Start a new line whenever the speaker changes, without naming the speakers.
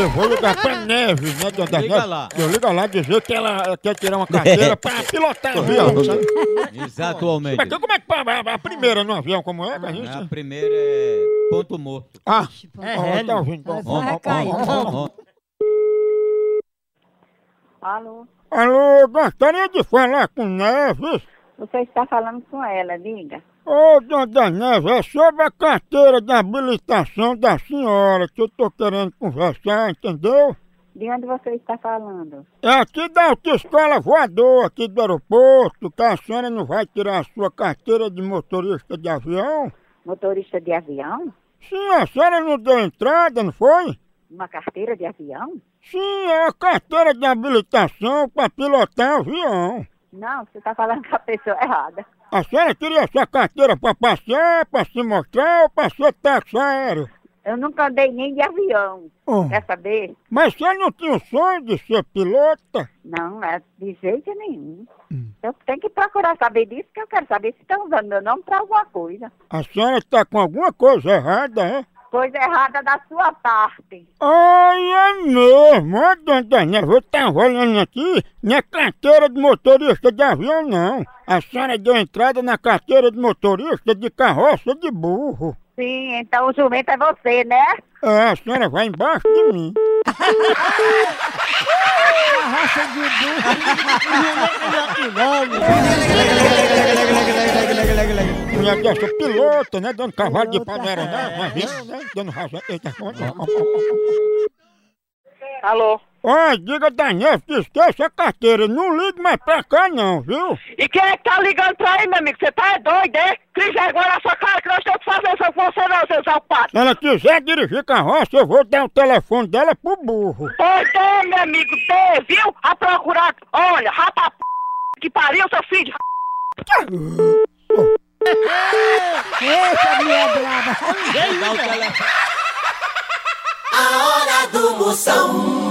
eu vou ligar pra Neve, né, dona da
Liga
Neve?
lá.
Eu ligo lá dizer que ela quer tirar uma carteira pra pilotar avião, sabe?
Exatamente.
Mas que- como é que a, a primeira no avião, como é que a
A
gente...
primeira é ponto morto.
Ah,
É
ó,
hélio.
tá ouvindo, bom, bom,
Vai
bom,
cair. então.
bom, bom.
Ó,
Alô,
Alô, gostaria de falar com Neves.
você está falando com ela, diga.
Ô, dona Neve, é sobre a carteira da habilitação da senhora que eu tô querendo conversar, entendeu?
De onde você está falando?
É aqui da autoescola voador, aqui do aeroporto, que a senhora não vai tirar a sua carteira de motorista de avião?
Motorista de avião?
Sim, a senhora não deu entrada, não foi?
Uma carteira de avião?
Sim, é a carteira de habilitação para pilotar avião.
Não, você está falando com a pessoa errada.
A senhora queria a sua carteira para passear, para se mostrar ou para ser táxi aéreo?
Eu nunca andei nem de avião.
Oh,
Quer saber?
Mas você não tinha o sonho de ser pilota?
Não, é de jeito nenhum. Eu tenho que procurar saber disso, que eu quero saber se estão usando meu nome para alguma coisa.
A senhora está com alguma coisa errada, é?
Coisa errada da sua parte.
Olha é mesmo, ó, dona Daniela, eu tava olhando aqui, não é carteira de motorista de avião não. A senhora deu entrada na carteira de motorista de carroça de burro.
Sim, então o jumento é você, né?
É, a senhora vai embaixo de mim. Mulher dessa pilota, né? Dando cavalo de panela, né? Mas viu, né? Dando razão. Eita, ó, ó, ó,
Alô?
ó. Ó, diga da Neve que esqueça a carteira. Não ligue mais pra cá não, viu?
E quem é que tá ligando pra aí, meu amigo? Você tá é doido, é? Cris, agora a sua cara que nós temos que fazer isso com você não, seu
Se
salpado.
ela quiser dirigir carroça, eu vou dar o telefone dela pro burro.
Pois é, meu amigo, tê, viu? A procurar, olha, rapa p... que pariu, seu filho de...
dá o telefone.
A hora do Moção.